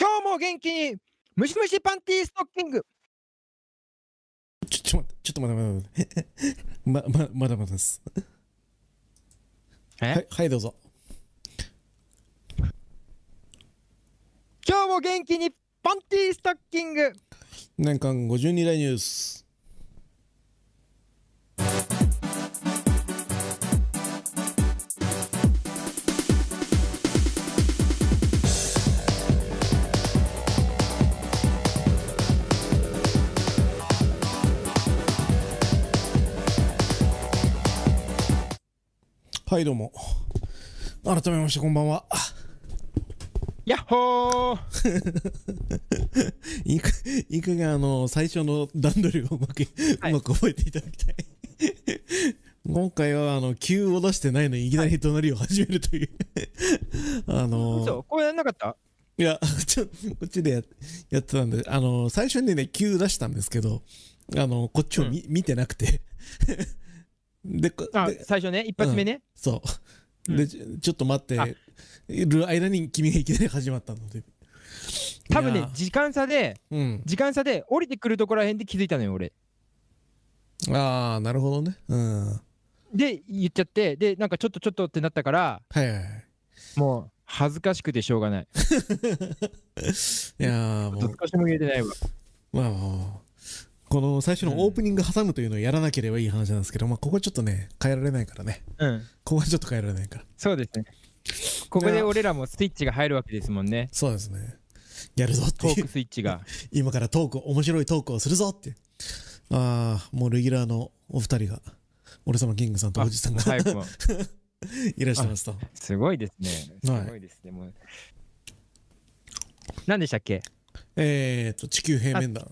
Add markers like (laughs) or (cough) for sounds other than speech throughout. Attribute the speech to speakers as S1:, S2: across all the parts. S1: 今日も元気に、ムシムシパンティーストッキング。
S2: ちょ、ちょっと待って、ちょっと待って、待って、ま、ま、まだまだです。
S1: え
S2: はい、はい、どうぞ。
S1: 今日も元気に、パンティーストッキング。
S2: 年間52大ニュース。はい、どうも。改めまして、こんばんは。
S1: やっほー。
S2: いいか、いいかが、あの、最初の段取りをうまく、
S1: はいう
S2: まく覚えていただきたい。今回は、あの、急を出してないのに、いきなり隣を始めるという。あの、
S1: 嘘これやんなかった
S2: いや、ちょ、こっちでややってたんで、あの、最初にね、急出したんですけど、あの、こっちを見,、見てなくて。 (laughs) で、こ
S1: あ
S2: で、
S1: 最初ね、一発目ね。
S2: そう。
S1: うん
S2: で、ちょちょっと待っている間に君がいきなり始まったので。
S1: 多分
S2: い
S1: ね
S2: や、
S1: 時間差で、
S2: うん。
S1: 時間差で、降りてくるところらへんで気づいたのよ、俺。
S2: ああ、なるほどね。うん。は
S1: で、言っちゃって、で、なんかちょっとちょっとってなったから、
S2: いはいはい。
S1: もう、恥ずかしくてしょうがない。
S2: いやーも
S1: 恥ずかしも言えてないわ。
S2: う、まあもう、この最初のオープニング挟むというのをやらなければいい話なんですけど、まあここはちょっとね、変えられないからね。
S1: うん。
S2: ここはちょっと変えられないから。
S1: そうですね。ここで俺らもスイッチが入るわけですもんね。
S2: そうですね。やるぞって
S1: ト
S2: い
S1: ー
S2: う
S1: ク。スイッチが。
S2: 今からトークを、面白いトークをするぞっていう。ああ、もうレギュラーのお二人が、俺様キング (laughs) さんとおじさんが
S1: 早くも。
S2: いらっしゃいますと。
S1: すごいですね。
S2: はい
S1: すごいですね。もう。何でしたっけ
S2: えーと、地球平面だ。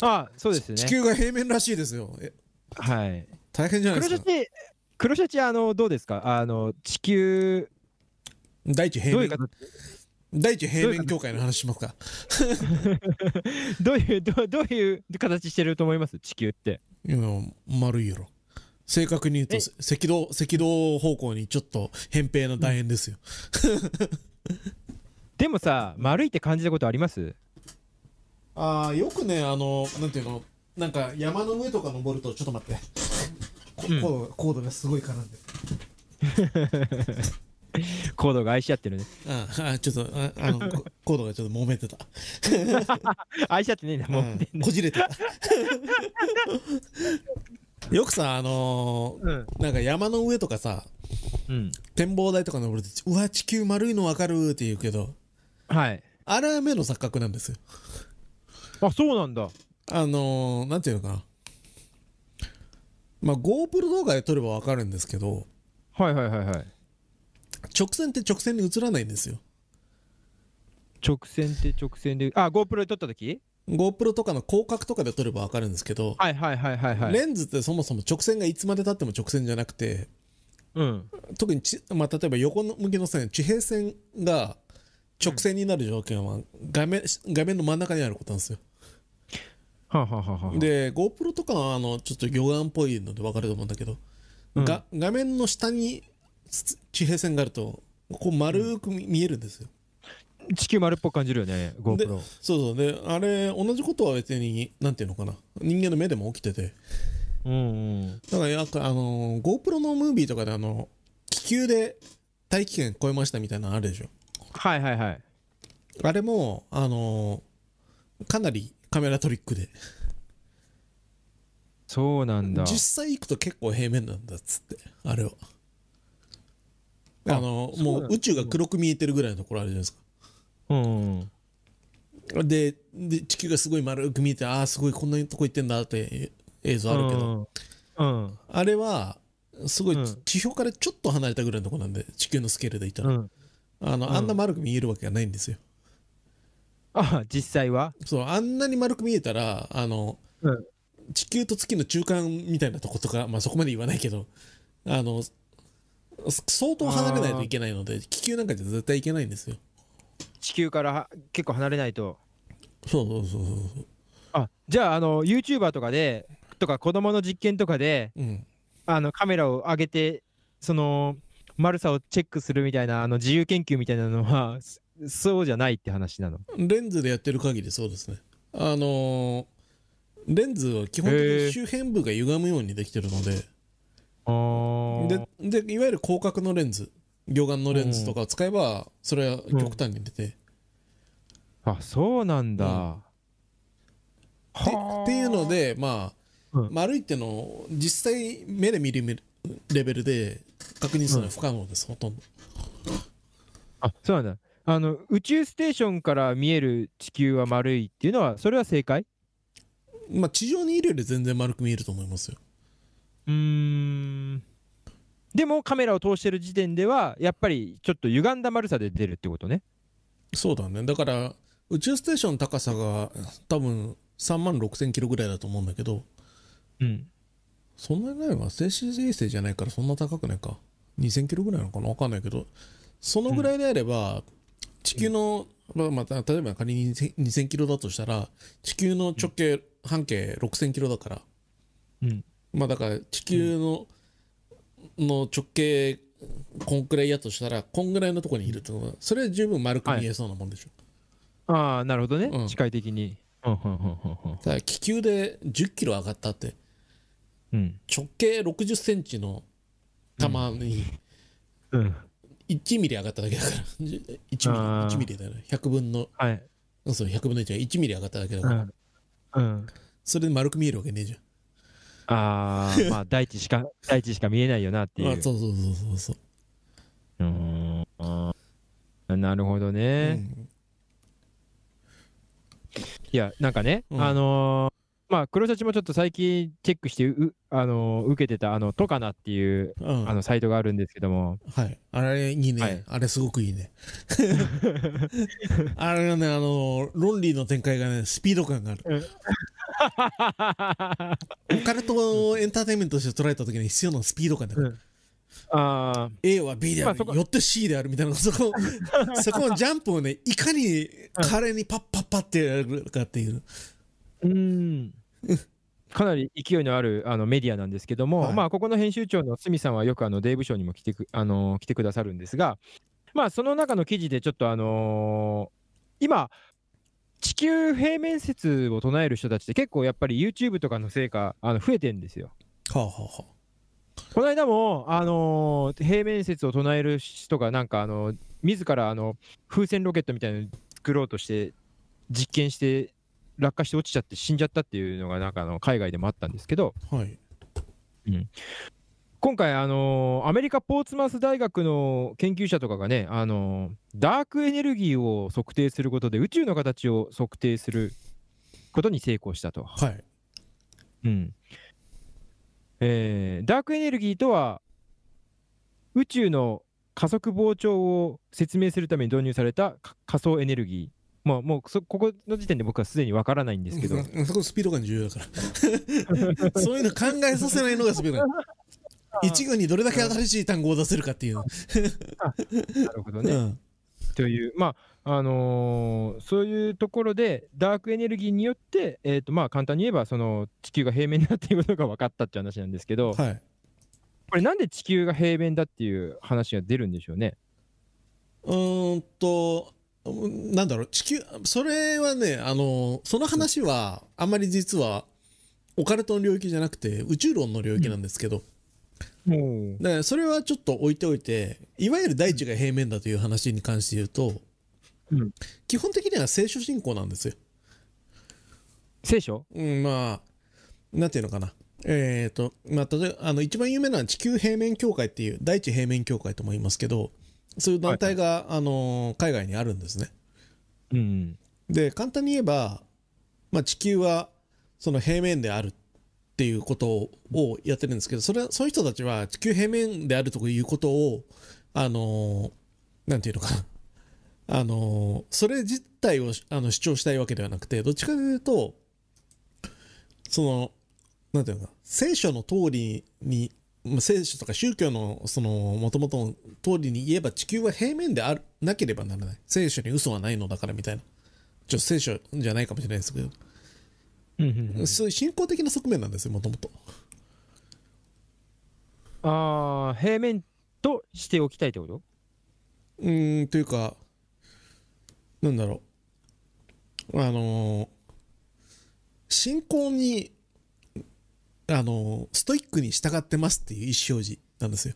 S1: あそうです
S2: 地
S1: ね。
S2: 球が平面らしいですよ。え、
S1: はい。
S2: 大変じゃない
S1: 黒シ
S2: です
S1: ャ
S2: か。
S1: チ、黒シャチ、あの、どうですかあの、地球、
S2: 第一
S1: ど
S2: 平
S1: ういう
S2: 面、
S1: 形、
S2: 第一平面協会の話しますか。
S1: どういう、どうどういう形してると思います地球って。
S2: いや、丸いやろ。正確に言うと、
S1: え
S2: せ赤道、赤道方向にちょっと扁平な楕円ですよ。
S1: でもさ、丸いって感じたことあります
S2: ああ、よくね、あの、なんていうの、なんか山の上とか登ると、ちょっと待って。こ
S1: うん
S2: コードコードがすごい絡んでる。
S1: コードが愛し合ってるね。
S2: あーあー、ちょっと、ああ (laughs) の、こコードがちょっと揉めてた。
S1: 愛し合ってねえな、もう。
S2: うんこじれてた。 (laughs) よくさ、あの
S1: うん。
S2: ーなんか山の上とかさ、
S1: うん。
S2: 展望台とか登ると、うわ、地球丸いのわかるって言うけど、
S1: はい。
S2: あれは目の錯覚なんですよ。
S1: あ、そうなんだ。
S2: あのー、なんていうのかな。まあ、GoPro 動画で撮ればわかるんですけど、
S1: はいはいはいはい。
S2: 直線って直線に映らないんですよ。
S1: 直線って直線で、あ、GoPro で撮った時
S2: GoPro とかの広角とかで撮ればわかるんですけど、
S1: はいはいはいはいはい。
S2: レンズってそもそも直線がいつまで経っても直線じゃなくて、
S1: うん。
S2: 特にち、まあ、例えば横向きの線、地平線が直線になる条件は画面、画面の真ん中にあることなんですよ。
S1: はあ、はあはあはあ、
S2: で、GoPro とかはあの、ちょっと魚眼っぽいのでわかると思うんだけど、
S1: うん
S2: が画面の下につ地平線があると、こう丸く見見えるんですよ。
S1: 地球丸っぽく感じるよね、
S2: で
S1: GoPro。
S2: そうそうであれ同じことは別になんていうのかな人間の目でも起きてて
S1: うんうん。
S2: だからやっぱあのー GoPro のムービーとかであの気球で大気圏超えましたみたいなのあるでしょ
S1: はいはいはい。
S2: あれもあのーかなりカメラトリックで
S1: そうなんだ。
S2: 実際行くと結構平面なんだっつってあれはあ
S1: あ
S2: のー
S1: そう
S2: も
S1: な
S2: うん
S1: だ
S2: 宇宙が黒く見えてるぐらいのところあるじゃないですか
S1: うんうんうん。
S2: でで地球がすごい丸く見えてああすごいこんなとこ行ってんだって映像あるけど、
S1: うん。うん。
S2: あれは、すごい
S1: うん
S2: 地表からちょっと離れたぐらいのとこなんで、地球のスケールでいた
S1: う
S2: ら。
S1: ん。
S2: あの、
S1: うん
S2: あんな丸く見えるわけがないんですよ。
S1: あ、実際は
S2: そう、あんなに丸く見えたら、あの
S1: うん、
S2: 地球と月の中間みたいなとことか、まあそこまで言わないけど、あの、す相当離れないといけないので、気球なんかじゃ絶対いけないんですよ。
S1: 地球からは結構離れないと。
S2: そうそうそうそう。
S1: あ、じゃあ、あの、YouTuber とかで、とか子供の実験とかで、
S2: うん。
S1: あの、カメラを上げて、その、丸さをチェックするみたいな、あの、自由研究みたいなのは、すそうじゃないって話なの。
S2: レンズでやってる限りそうですねあのーレンズは基本的
S1: へ
S2: に
S1: ー
S2: 周辺部が歪むようにできてるので、
S1: ああ。
S2: ででいわゆる広角のレンズ魚眼のレンズとかを使えばそれは極端に出て、
S1: あ、そうなんだ。
S2: うん
S1: は
S2: て
S1: あ
S2: っていうの、でまあ、
S1: うん
S2: 丸いってのを実際目で見るレベルで確認するのは不可能です、ほとんど
S1: あ、そうなんだ。あの宇宙ステーションから見える地球は丸いっていうのはそれは正解
S2: まあ地上にいるより全然丸く見えると思いますよ
S1: うーんでもカメラを通してる時点ではやっぱりちょっと歪んだ丸さで出るってことね
S2: そうだねだから宇宙ステーションの高さが多分3万6000キロぐらいだと思うんだけど
S1: うん
S2: そんなにないわ静止衛星じゃないからそんな高くないか2000キロぐらいなのかな分かんないけどそのぐらいであれば地球の、まあまあ例えば仮に2000 2000キロだとしたら地球の直径、半径6000キロだから
S1: うん
S2: まあだから地球の,、の直径こんくらいやとしたらこんぐらいのところにいるってことはそれは十分丸く見えそうなもんでしょ、
S1: ああなるほどね、
S2: うん
S1: 視界的にうんうんうんうん
S2: ただ気球で10キロ上がったって
S1: うん
S2: 直径60センチの玉に
S1: うん
S2: 1ミリ上がっただけだから (laughs) 1ミリ
S1: あー
S2: 1ミリだよね100分の
S1: はい
S2: そう100分の1は1ミリ上がっただけだ
S1: う
S2: から、
S1: んうん
S2: それで丸く見えるわけねえじ
S1: ああまあ大地しか大地しか見えないよなってい
S2: ゃん
S1: う
S2: あそうそうそうそうそう、
S1: うーんあーなるほどね、いや、なんかね、
S2: うん
S1: あのーまあ、黒シャチもちょっと最近チェックしてう、あのー受けてた、あの、トカナっていう、
S2: うん、うん
S1: あの、サイトがあるんですけども、
S2: はいあれいいね、
S1: はい
S2: あれすごくいいね (laughs) あれはねあの論理の展開がねスピード感があるオカルトをエンターテインメントとして捉えた時に必要なスピード感だから、
S1: うんあ
S2: A は B であ
S1: まあ
S2: る、
S1: そこ
S2: よって C であるみたいなそ
S1: (laughs)
S2: こそこのジャンプをねいかに華麗にパッパッパッってやるかっていう、
S1: ーうーん。かなり勢いのあるあのメディアなんですけども、
S2: はい
S1: まあここの編集長の鷲見さんはよくあのデイブ賞にも来てく、あのー来てくださるんですが、まあその中の記事でちょっとあのー今地球平面説を唱える人たちって結構やっぱり YouTube とかのせいかあの増えてんですよ。
S2: はあはあはあ
S1: この間も、あのー平面説を唱える人がなんか、あの自らあの風船ロケットみたいなの作ろうとして実験して落下して落ちちゃって死んじゃったっていうのがなんかあの海外でもあったんですけど
S2: はい。
S1: 今回、あのーアメリカポーツマス大学の研究者とかがね、あのーダークエネルギーを測定することで宇宙の形を測定することに成功したと。
S2: はい。
S1: うんえーダークエネルギーとは宇宙の加速膨張を説明するために導入されたか仮想エネルギー、まあ、もうそここの時点で僕はすでにわからないんですけど、
S2: うんそこスピード感重要だから。 (laughs) そういうの考えさせないのがスピード感。一行にどれだけ新しい単語を出せるかっていう。
S1: なるほどね、
S2: うん
S1: というまああのーそういうところでダークエネルギーによって、えーとまあ、簡単に言えばその地球が平面だっていうことが分かったって話なんですけど、
S2: はい。
S1: これなんで地球が平面だっていう話が出るんでしょうね。
S2: うーんと、うんなんだろう、地球、それはね、あの、その話は、あんまり実は、オカルトの領域じゃなくて、宇宙論の領域なんですけど、
S1: もう
S2: だからそれはちょっと置いておいて、いわゆる大地が平面だという話に関して言うと、
S1: うん
S2: 基本的には聖書信仰なんですよ。
S1: 聖書
S2: うん、まあ、なんていうのかな。えっ、と、まあ、例えば、あの、一番有名なのは地球平面協会っていう、大地平面協会とも言いますけど、そういう団体が、あのー海外にあるんですね。
S1: うん
S2: で、簡単に言えば、まあ、地球は、その平面であるっていうことをやってるんですけど、それは、そういう人たちは地球平面であるということを、あのーなんていうのかな。あのーそれ自体をあの主張したいわけではなくて、どっちかというと、その、なんていうのかな、聖書の通りに、まあ聖書とか宗教の、その、もともとの通りに言えば地球は平面である、なければならない。聖書に嘘はないのだからみたいな。ちょ、聖書じゃないかもしれないですけど、
S1: うんうんうん
S2: そういう信仰的な側面なんですよ、もともと。
S1: ああ、平面としておきたいってこと
S2: うーん、というか、なんだろう。あのー信仰に、あのーストイックに従ってますっていう意思表示なんですよ。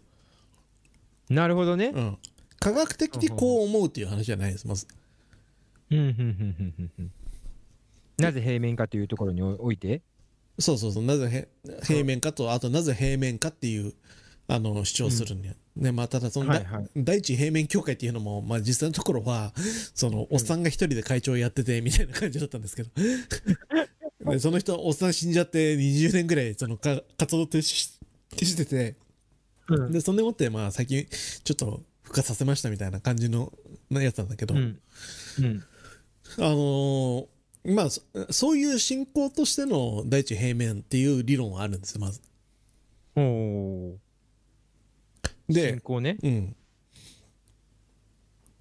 S1: なるほどね。
S2: うん。科学的にこう思うっていう話じゃないです、まず。
S1: うんうんうんうんうんうんなぜ平面かというところにおいて。
S2: そうそうそう、なぜへ平面かと、あとなぜ平面かっていう、あの、主張するんや。ね、まあ、ただその、
S1: はいはい
S2: 第一平面協会っていうのも、まあ実際のところは、その、おっさんが一人で会長やってて、みたいな感じだったんですけど。 (laughs) でその人、おっさん死んじゃって20年ぐらい、その、か活動停止ししてて、
S1: うん
S2: で、そんでもって、まあ最近、ちょっと、復活させましたみたいな感じの、なやつなんだけど、
S1: うんうん
S2: あのーまあ、そそういう信仰としての第一平面っていう理論はあるんですよ、まず。
S1: おー
S2: で
S1: 信、仰ね。
S2: うん。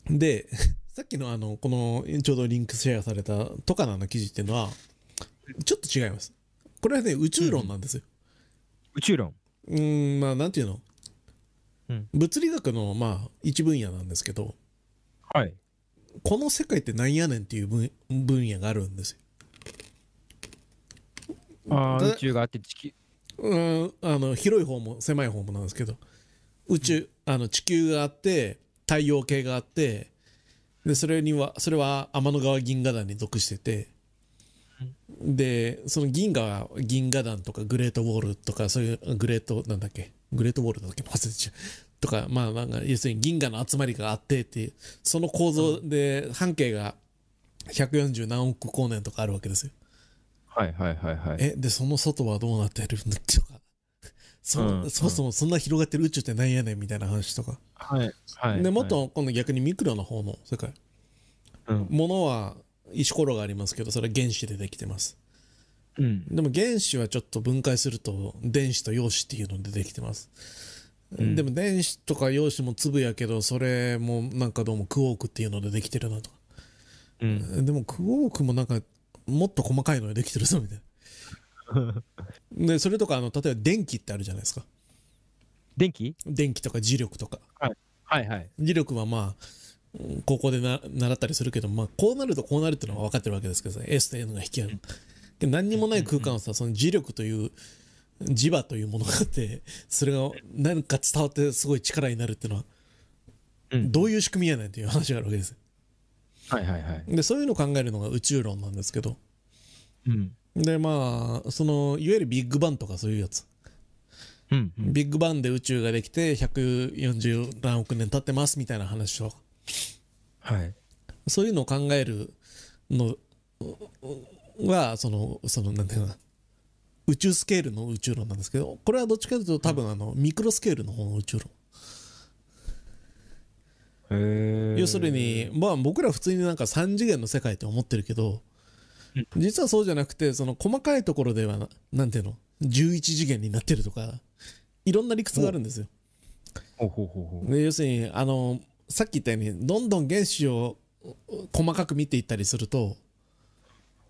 S2: で、 (laughs) さっきのあの、この、ちょうどリンクシェアされたトカナの記事っていうのは、ちょっと違います。これはね、宇宙論なんですよ。
S1: 宇宙論。
S2: うーん、まあ、なんていうの、
S1: うん
S2: 物理学の、まあ、一分野なんですけど、
S1: はい。
S2: この世界ってなんやねんっていう分分野があるんですよ。
S1: あ
S2: た
S1: ー
S2: だ
S1: 宇宙があって地球。
S2: うーん、あの、広い方も狭い方もなんですけど、宇宙、あの、地球があって、太陽系があって、で、それには、それは天の川銀河団に属してて、で、その銀河、銀河団とかグレートウォールとか、そういう、グレート、なんだっけ、グレートウォールだっけ、忘れちゃう。とか、まあなんか、要するに銀河の集まりがあってっていう、その構造で半径が140何億光年とかあるわけですよ。
S1: はいはいはいはい。
S2: えでその外はどうなってるんだとか (laughs) そ,、
S1: うん
S2: そもそもそんな広がってる宇宙ってなんやねんみたいな話とか、
S1: はいはい。
S2: でもっと今度逆にミクロの方の世界
S1: はい。うん
S2: ものは石ころがありますけどそれは原子でできてます
S1: うん。
S2: でも原子はちょっと分解すると電子と陽子っていうのでできてます、
S1: うん
S2: でも電子とか陽子も粒やけどそれもなんかどうもクオークっていうのでできてるなとか
S1: うん。
S2: でもクオークもなんかもっと細かいのでできてるぞ
S1: (laughs)
S2: みたいなでそれとかあの例えば電気ってあるじゃないですか
S1: 電気
S2: 電気とか磁力とか
S1: はいはい。
S2: 磁力はまあうん高校でな習ったりするけど、まあ、こうなるとこうなるっていうのは分かってるわけですけどさ S と N が引き合うで何にもない空間をさその磁力という磁場というものがあってそれが何か伝わってすごい力になるっていうのは
S1: うん
S2: どういう仕組みやねんっていう話があるわけです
S1: はいはいはい。
S2: でそういうのを考えるのが宇宙論なんですけど
S1: うん。
S2: でまあそのいわゆるビッグバンとかそういうやつ
S1: うんうん。
S2: ビッグバンで宇宙ができて140何億年経ってますみたいな話とか
S1: はい。
S2: そういうのを考えるのは、その、その、なんていうのかな、宇宙スケールの宇宙論なんですけど、これはどっちかというと多分あの、ミクロスケールの方の宇宙論。
S1: へー
S2: 要する。に、まあ僕ら普通になんか3次元の世界って思ってるけど、実はそうじゃなくて、その細かいところではな、なんていうの、11次元になってるとか、いろんな理屈があるんですよ。
S1: ほうほうほうほう。
S2: で要するに、あの、さっき言ったように、どんどん原子を細かく見ていったりすると、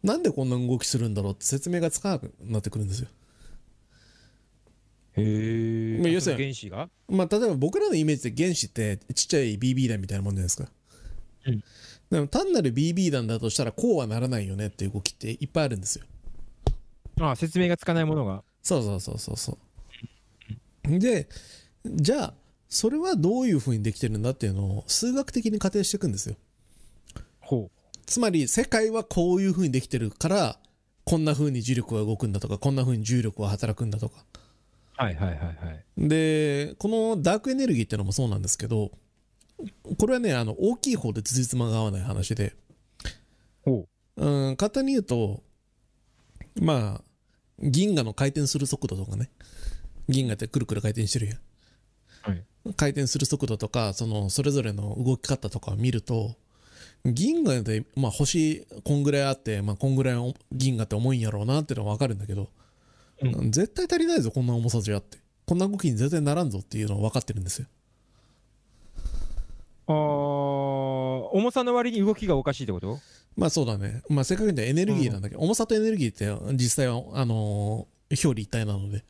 S2: なんでこんな動きするんだろうって説明がつかなくなってくるんですよ。
S1: へえ。
S2: まあ要するに
S1: 原子が
S2: まあ、例えば僕らのイメージで原子ってちっちゃい BB 弾みたいなもんじゃないですか。
S1: うん
S2: でも単なる BB 弾だとしたらこうはならないよねっていう動きっていっぱいあるんですよ。
S1: ああ、説明がつかないものが。
S2: そうそうそうそうそう。で、じゃあ、それはどういうふうにできてるんだっていうのを数学的に仮定していくんですよ。
S1: ほ
S2: つまり世界はこういう風にできてるからこんな風に磁力が動くんだとかこんな風に重力が働くんだとか
S1: う。はいはいはいはい。
S2: でこのダークエネルギーってのもそうなんですけどこれはねあの大きい方でつじつまが合わない話で
S1: ほ
S2: うん簡単に言うとまあ銀河の回転する速度とかね銀河ってくるくる回転してるやん
S1: う。はい。
S2: 回転する速度とかそのそれぞれの動き方とかを見ると銀河で、まあ、星こんぐらいあって、まあ、こんぐらいお銀河って重いんやろうなってのは分かるんだけど、
S1: う
S2: 絶対足りないぞこんな重さじゃってこんな動きに絶対ならんぞっていうのは分かってるんですよ
S1: ああ、重さの割に動きがおかしいってこと
S2: まあそうだねまあ正確に言うとエネルギーなんだけど、重さとエネルギーって実際はあのー表裏一体なので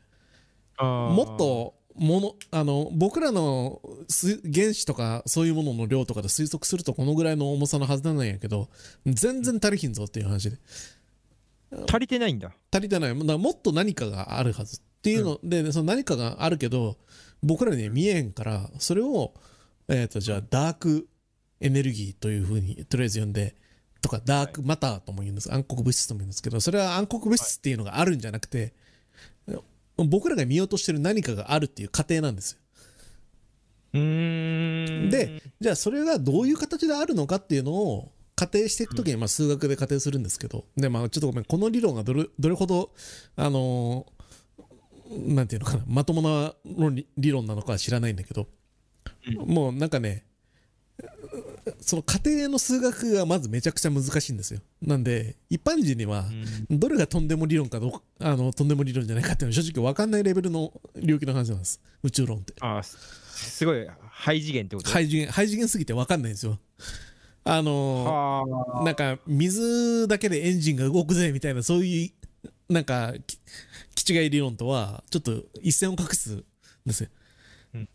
S1: ああ。
S2: もっとものあの僕らのす原子とかそういうものの量とかで推測するとこのぐらいの重さのはずなんやけど全然足りひんぞっていう話で
S1: 足りてないんだ。
S2: 足りてないだからもっと何かがあるはずっていうので、その何かがあるけど僕らには見えへんからそれを、えー、とじゃあダークエネルギーというふうにとりあえず呼んでとかダークマターとも言うんです、暗黒物質とも言うんですけどそれは暗黒物質っていうのがあるんじゃなくて、僕らが見ようとしてる何かがあるっていう過程なんですよ
S1: うーん。
S2: で、じゃあそれがどういう形であるのかっていうのを仮定していくときに、まあ、数学で仮定するんですけど、でまあ、ちょっとごめんこの理論がどれどれほどあのーなんていうのかなまともな論理理論なのかは知らないんだけど、
S1: う
S2: もうなんかねその仮定の数学がまずめちゃくちゃ難しいんですよなんで一般人には
S1: うん
S2: どれがとんでも理論かどうかあのとんでも理論じゃないかっていうのは正直分かんないレベルの領域の話なんです宇宙論って
S1: あーすすごい、ハイ次元ってこと
S2: ハイ次元、ハイ次元すぎて分かんないんですよ。あの
S1: はあ。
S2: ーなんか、水だけでエンジンが動くぜみたいな、そういう、なんか、き、気違い理論とは、ちょっと一線を画すんですよ。
S1: いやい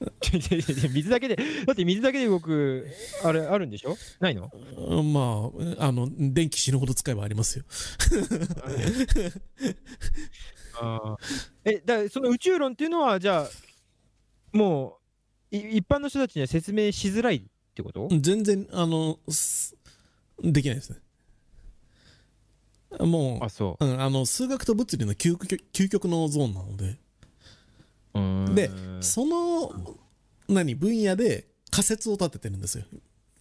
S1: やいや (laughs) 水だけで、だって水だけで動く、あれ、あるんでしょないの
S2: うんまあ、あの、電気死ぬほど使えばありますよ。
S1: あーえ、だその宇宙論っていうのは、じゃあ、もう、い一般の人たちには説明しづらいってこと
S2: 全然、あの、すできないですね。も、
S1: あ、そう
S2: うん、あの、数学と物理の究極究極のゾーンなので、
S1: うーん。
S2: でその何分野で仮説を立ててるんですよ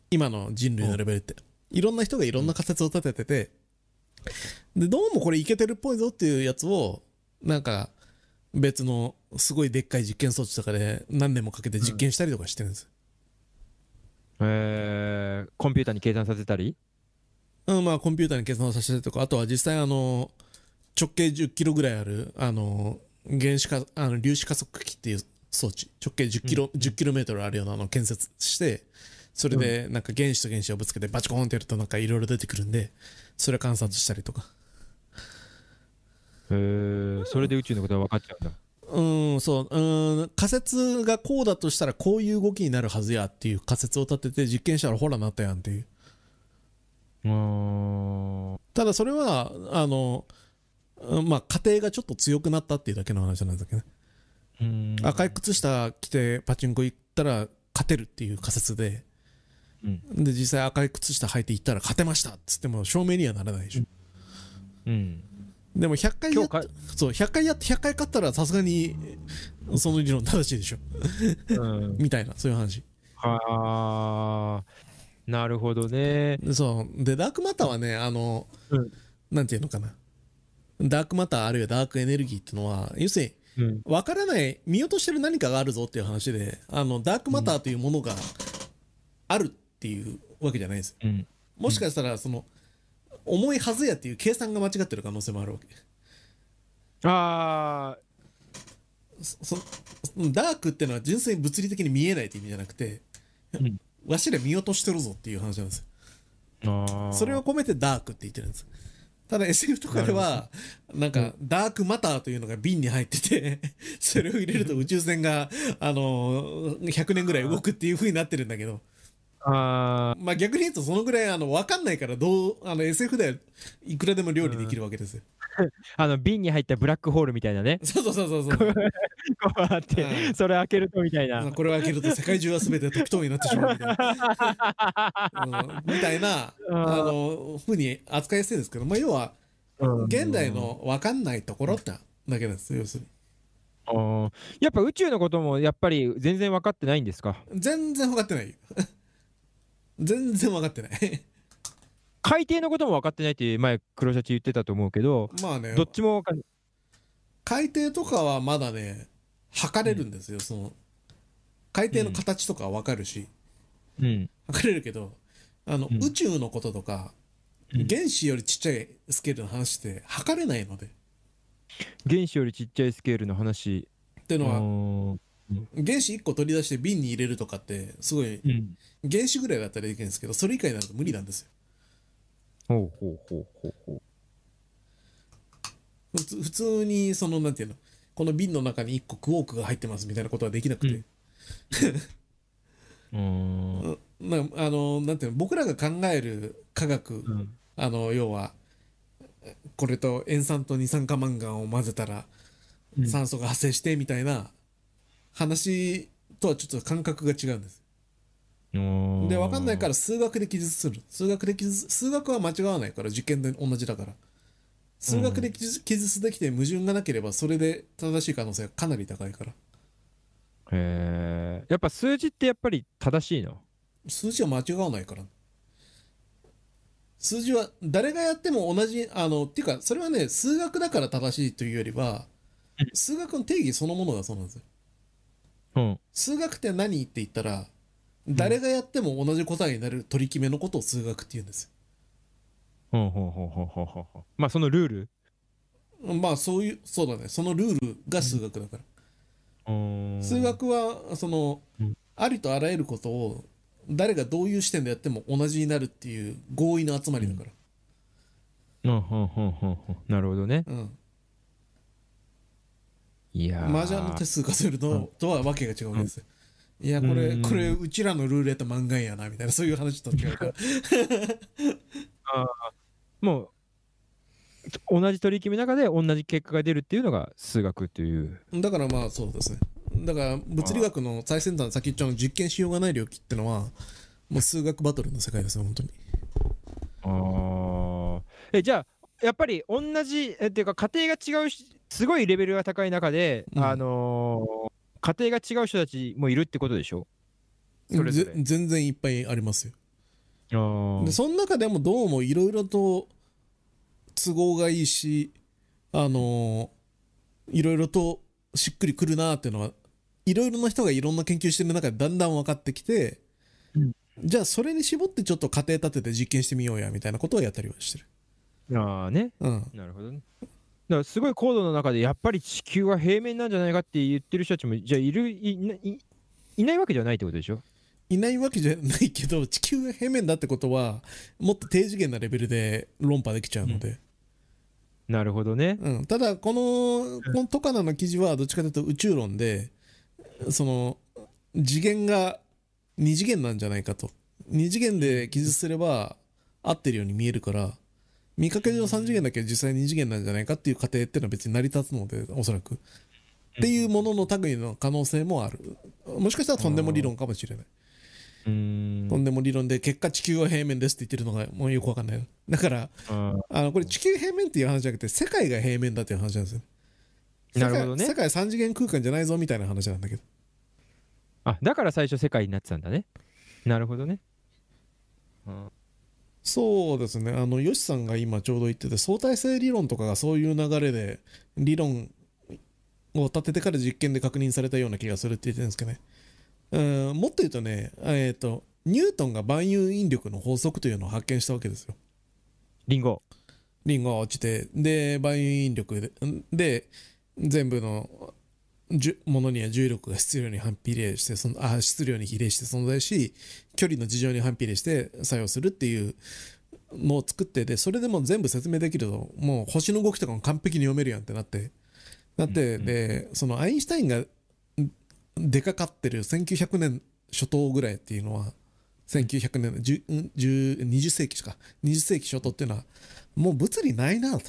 S2: 今の人類のレベルっていろんな人がいろんな仮説を立てててでどうもこれいけてるっぽいぞっていうやつをなんか別のすごいでっかい実験装置とかで何年もかけて実験したりとかしてるんです、
S1: えー、コンピューターに計算させたり
S2: うん、まあコンピューターに計算をさせたりとかあとは実際あの直径1 0キロぐらいあるあの原子かあの粒子加速器っていう装置直径1 0キロ、1 0キロメートルあるようなのを建設してそれでなんか原子と原子をぶつけてバチコーンってやるとなんかいろいろ出てくるんでそれ観察したりとか
S1: えー、それで宇宙のことは分かっちゃうんだ。
S2: うんそううん仮説がこうだとしたらこういう動きになるはずやっていう仮説を立てて実験したらほらなったやんっていう
S1: うーん。
S2: ただそれはあのうんまあ過程がちょっと強くなったっていうだけの話なんだけどね
S1: うん
S2: 赤い靴下着てパチンコ行ったら勝てるっていう仮説で、
S1: うん
S2: で実際赤い靴下履いて行ったら勝てましたっつっても証明にはならないでしょ、
S1: うん。
S2: でも100回や
S1: 今
S2: っ
S1: 日か、
S2: そう100回やって100回勝ったらさすがにその理論正しいでしょ
S1: うん、
S2: みたいなそういう話
S1: はあ、なるほどね。
S2: でそうでダークマターはねあの、
S1: うん
S2: なんていうのかなダークマターあるいはダークエネルギーってのは要するに
S1: うん。
S2: わからない見落としてる何かがあるぞっていう話であのダークマターというものがあるっていうわけじゃないです
S1: うん。
S2: もしかしたらその重いはずやっていう計算が間違ってる可能性もあるわけ
S1: ああ、
S2: そそダークってのは純粋に物理的に見えないって意味じゃなくて、
S1: うん
S2: わしら見落としてるぞっていう話なんですよ
S1: ああ。
S2: それを込めてダークって言ってるんですただ SF とかではなんかダークマターというのが瓶に入ってて (laughs) それを入れると宇宙船があのー100年ぐらい動くっていう風になってるんだけど
S1: あ
S2: まあ逆に言うとそのぐらいあの分かんないからどうあの SF ではいくらでも料理できるわけですよ
S1: あ、あの、瓶に入ったブラックホールみたいなね。
S2: そうそうそうそうそう
S1: こうあって、
S2: うん
S1: それ開けるとみたいな。
S2: まあこれを開けると世界中は全て時とになってしまうみたいな、うんみたいな
S1: うん
S2: あのふうに扱いしてるんですけど、まあ、要は現代の分かんないところってだけなんですよ要する
S1: うん。やっぱ宇宙のこともやっぱり全然分かってないんですか
S2: に全然分かってないよ (laughs) 全然分かってない (laughs)
S1: 海底のことも分かってないって前黒シャチ言ってたと思うけど、
S2: まあね
S1: どっちも分かん
S2: 海底とかはまだね測れるんですよ、その海底の形とかは分かるし、
S1: うん。
S2: 測れるけどあの、
S1: うん
S2: 宇宙のこととか
S1: うん
S2: 原子よりちっちゃいスケールの話って測れないのでっ
S1: 原子よりちっちゃいスケールの話。
S2: ていうのは
S1: うん
S2: 原子1個取り出して瓶に入れるとかってすごい
S1: うん。
S2: 原子ぐらいだったらできるんですけどそれ以外になると無理なんですよ
S1: ほうほうほうほうほう。
S2: 普通普通にそのなんていうのこの瓶の中に1個クォークが入ってますみたいなことはできなくて、
S1: うーんうん
S2: なあのなんていうの僕らが考える科学、あの要はこれと塩酸と二酸化マンガンを混ぜたら
S1: うん
S2: 酸素が発生してみたいな話とはちょっと感覚が違うんです。
S1: うん
S2: で分かんないからら数学で記述する数学で記述数学は間違わないから受験で同じだから数学で記述記述できて矛盾がなければそれで正しい可能性がかなり高いから
S1: へえやっぱ数字ってやっぱり正しいの
S2: 数字は間違わないから数字は誰がやっても同じあのっていうかそれはね数学だから正しいというよりは数学の定義そのものがそうなんですよ
S1: うん
S2: 数学って何って言ったら誰がやっても同じ答えになる取り決めのことを数学って言うんです
S1: ほうほうほうほうほうほうほうまあそのルール
S2: よまあそういうそうだねそのルールが数学だから
S1: うーん
S2: 数学はその、
S1: うん
S2: ありとあらゆることを誰がどういう視点でやっても同じになるっていう合意の集まりだから、
S1: うんうんうんうんうんなるほどね
S2: うん
S1: いやー
S2: 麻雀の手数数えるの、
S1: うん
S2: とはわけが違うんですよ、いやこれ、
S1: うん
S2: これうちらのルーレット漫画やなみたいなそういう話と違う
S1: (laughs)
S2: から
S1: もう同じ取り決めの中で同じ結果が出るっていうのが数学という
S2: だからまあそうですねだから物理学の最先端の先っちょの実験しようがない領域ってのはもう数学バトルの世界ですよ本当に
S1: あーえじゃあやっぱり同じえっていうか家庭が違うしすごいレベルが高い中で、
S2: うん
S1: あのー家庭が違う人たちもいるってことでしょそれぞれ
S2: ぜ全然いっぱいありますよ
S1: あ
S2: で
S1: ー
S2: その中でもどうもいろいろと都合がいいしあのいろいろとしっくりくるなーっていうのはいろいろな人がいろんな研究してる中でだんだん分かってきて、
S1: うん
S2: じゃあそれに絞ってちょっと仮定立てて実験してみようやみたいなことをやったりはしてる、
S1: あーね
S2: うん、
S1: なるほどねだからすごい高度の中でやっぱり地球は平面なんじゃないかって言ってる人たちもじゃあいるいないいないわけじゃないってことでしょ
S2: いないわけじゃないけど地球が平面だってことはもっと低次元なレベルで論破できちゃうので、
S1: なるほどね
S2: うん、ただこのこのトカナの記事はどっちかというと宇宙論でその次元が2次元なんじゃないかと2次元で記述すれば合ってるように見えるから見かけ上3次元だけど実際2次元なんじゃないかっていう過程っていうのは別に成り立つのでおそらくっていうものの類の可能性もあるもしかしたらとんでも理論かもしれない
S1: うんうん
S2: とんでも理論で結果地球は平面ですって言ってるのがもうよくわかんないだから
S1: あー
S2: あのこれ地球平面っていう話じゃなくて世界が平面だっていう話なんですよ世
S1: な
S2: 界
S1: るほどね
S2: 世界三次元空間じゃないぞみたいな話なんだけど
S1: あだから最初世界になってたんだねなるほどね
S2: そうですねあのヨシさんが今ちょうど言ってて相対性理論とかがそういう流れで理論を立ててから実験で確認されたような気がするって言ってるんですけどねうんもっと言うとねえっ、とニュートンが万有引力の法則というのを発見したわけですよ
S1: リンゴ
S2: リンゴが落ちてで万有引力でで全部のじゅものには重力が質量に反比例してそのあ質量に比例して存在し距離の事情に反比例して作用するっていうのを作ってでそれでもう全部説明できるともう星の動きとかも完璧に読めるやんってなってなって、
S1: うんうん
S2: でそのアインシュタインがん出かかってる1900年初頭ぐらいっていうのは1900年10ん10 20世紀か20世紀初頭っていうのはもう物理ないなと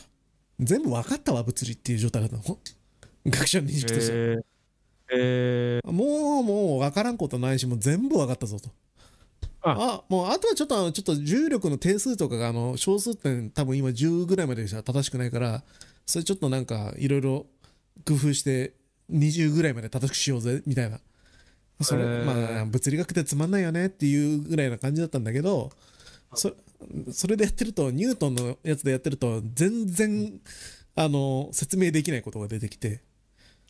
S2: 全部分かったわ物理っていう状態だったの学者の認識として。
S1: えーえー
S2: もうもう分からんことないしもう全部分かったぞと。あ
S1: あ
S2: もうあとはちょっとあのちょっと重力の定数とかがあの小数点多分今10ぐらいまでしか正しくないからそれちょっとなんかいろいろ工夫して20ぐらいまで正しくしようぜみたいなそれ、
S1: へー
S2: まあ物理学ってつまんないよねっていうぐらいな感じだったんだけどそそれでやってるとニュートンのやつでやってると全然あの説明できないことが出てきて。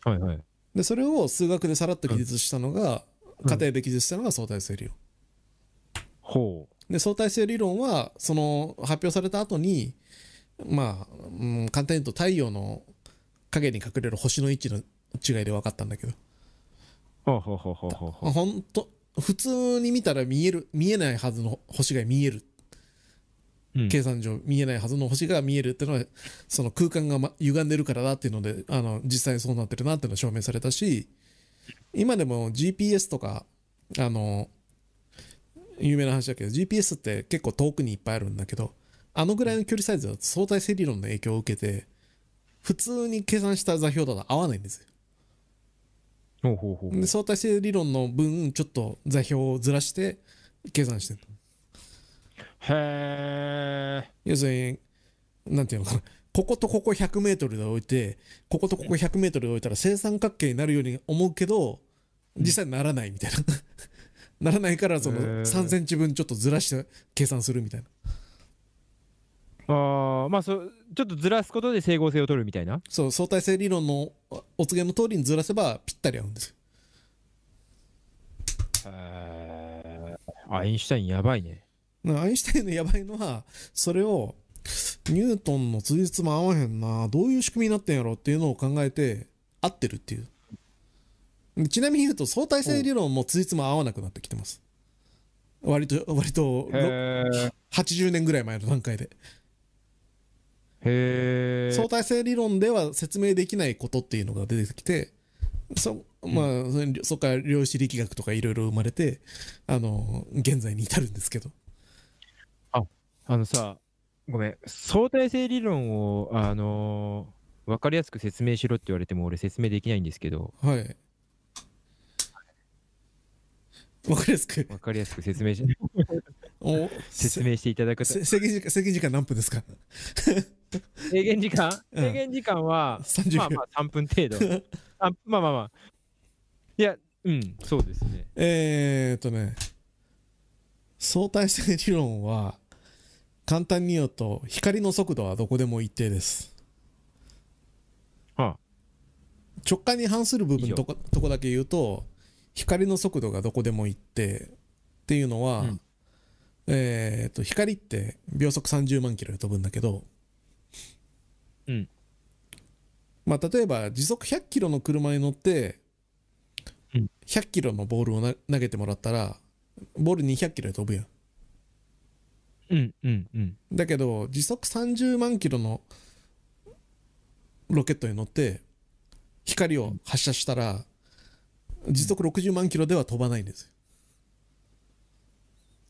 S1: はいはい
S2: でそれを数学でさらっと記述したのが、
S1: ん
S2: 家庭で記述したのが相対性理論
S1: ほう
S2: で相対性理論はその発表された後にまあ、うん、簡単に言うと太陽の影に隠れる星の位置の違いで分かったんだけど
S1: ほうほうほうほうほうほう
S2: ほんと普通に見たら見える見えないはずの星が見える
S1: うん
S2: 計算上見えないはずの星が見えるってのはその空間が、ま、歪んでるからだっていうのであの実際そうなってるなっていうのは証明されたし今でも GPS とかあの有名な話だけど GPS って結構遠くにいっぱいあるんだけどあのぐらいの距離サイズだと相対性理論の影響を受けて普通に計算した座標だと合わないんですよ
S1: ほうほうほう
S2: で相対性理論の分ちょっと座標をずらして計算してる
S1: へえ
S2: 要するになんていうのかなこことここ 100m で置いてこことここ 100m で置いたら正三角形になるように思うけど実際ならないみ (laughs) たいなならないからそ
S1: へー
S2: の3センチ分ちょっとずらして計算するみたいな
S1: あーまあそうちょっとずらすことで整合性を取るみたいな
S2: そう相対性理論のおお告げの通りにずらせばぴったり合うんですよ
S1: へーアインシュタインやばいね
S2: だからアインシュタインのやばいのはそれをニュートンのつじつま合わへんなどういう仕組みになってんやろっていうのを考えて合ってるっていうでちなみに言うと相対性理論もつじつま合わなくなってきてます割と割とろ
S1: へー
S2: 80年ぐらい前の段階で
S1: へ
S2: 相対性理論では説明できないことっていうのが出てきてそ,、まあそれそっから量子力学とかいろいろ生まれてあの現在に至るんですけど
S1: あのさごめん相対性理論をあのー、分かりやすく説明しろって言われても俺説明できないんですけど
S2: はいわかりやすく
S1: 分かりやすく説明
S2: (laughs)
S1: し
S2: お
S1: 説明していただくと
S2: せ制限時間制限時間何分ですか
S1: 制限時間
S2: うん
S1: 制限時間は、
S2: 30秒
S1: まあまあ3分程 (laughs) 度あまあまあまあいやうんそうですね
S2: えーっとね相対性理論は簡単に言うと光の速度はどこでも一定です
S1: は
S2: 直感に反する部分とことこだけ言うと光の速度がどこでも一定っていうのは、
S1: うん
S2: えーっと光って秒速30万キロで飛ぶんだけど、
S1: うん
S2: まあ、例えば時速100キロの車に乗って
S1: うん
S2: 100キロのボールをな投げてもらったらボール200キロで飛ぶやん
S1: あうんうんうん
S2: だけど時速30万キロのロケットに乗って光を発射したら時速60万キロでは飛ばないんですよ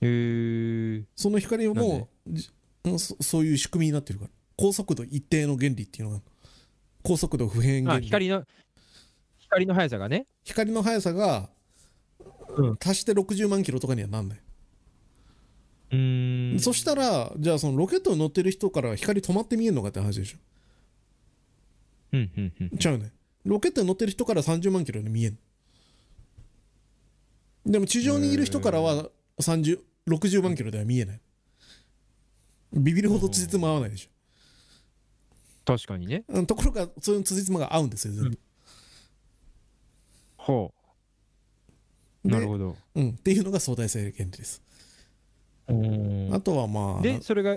S1: へー
S2: その光
S1: なんで
S2: もじうんそそういう仕組みになってるから高速度一定の原理っていうのが高速度不変
S1: あ
S2: 原理
S1: 光の光の速さがね
S2: 光の速さが、
S1: うん
S2: 足して60万キロとかにはなんない、
S1: うーん
S2: そしたらじゃあそのロケットに乗ってる人から光止まって見えるのかって話でしょ
S1: うんうんうん
S2: ちゃうねロケットに乗ってる人から30万キロで見えるでも地上にいる人からは30 60万キロでは見えないビビるほどつじつま合わないでしょ
S1: 確かにね
S2: うんところがそういうつじつまが合うんですよ全部、
S1: ほう
S2: で
S1: なるほど
S2: うん、っていうのが相対性原理です、
S1: うん
S2: あとはまあ
S1: でそれが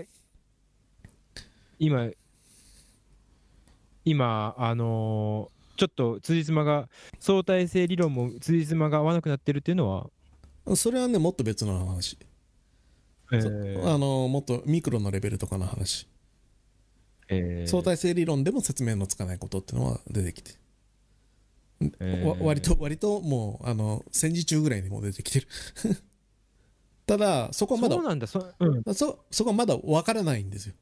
S1: 今今あのーちょっと辻褄が相対性理論も辻褄が合わなくなってるっていうのは、
S2: それはねもっと別の話、
S1: え
S2: そ
S1: ー
S2: あのもっとミクロのレベルとかの話、
S1: えー
S2: 相対性理論でも説明のつかないことっていうのは出てきて、
S1: えー
S2: わ割と割ともうあの戦時中ぐらいにもう出てきてる (laughs) ただそこはまだ
S1: そうなんだそ,、うん、
S2: そそこはまだ分からないんですよ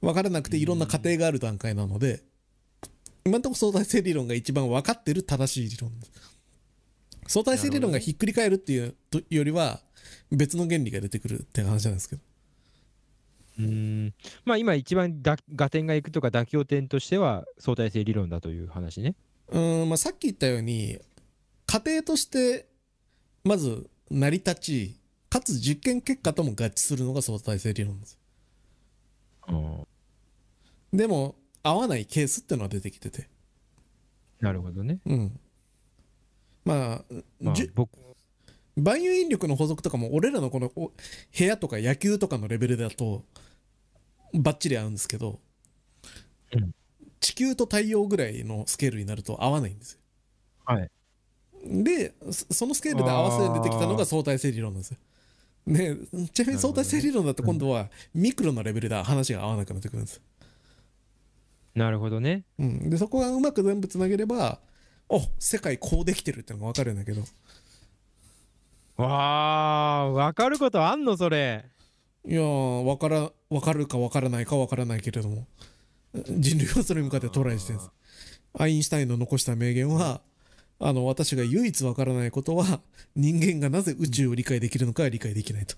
S2: 分からなくていろんな過程がある段階なので今のところ相対性理論が一番分かってる正しい理論です相対性理論がひっくり返るっていうとよりは別の原理が出てくるって話なんですけど
S1: うーんまあ今一番だ合点がいくとか妥協点としては相対性理論だという話ね
S2: うーんまあ、さっき言ったように過程としてまず成り立ちかつ実験結果とも合致するのが相対性理論です
S1: うん
S2: でも合わないケースってのは出てきてて
S1: なるほどね、
S2: うんまあ、
S1: まあ
S2: じゅ、
S1: 僕
S2: 万有引力の法則とかも俺らのこのお部屋とか野球とかのレベルだとバッチリ合うんですけど、
S1: うん
S2: 地球と太陽ぐらいのスケールになると合わないんですよ
S1: はい
S2: でそそのスケールで合わせて出てきたのが相対性理論なんですよね、ちなみに相対性理論だと今度はミクロのレベルでは話が合わなくなってくるんです。
S1: なるほどね。
S2: うん、でそこがうまく全部つなげればお世界こうできてるってのが分かるんだけど
S1: わあ、わかることあんのそれ。
S2: いやー分から分かるか分からないか分からないけれども人類はそれに向かってトライしてるんですアインシュタインの残した名言はあの私が唯一分からないことは人間がなぜ宇宙を理解できるのかは理解できないと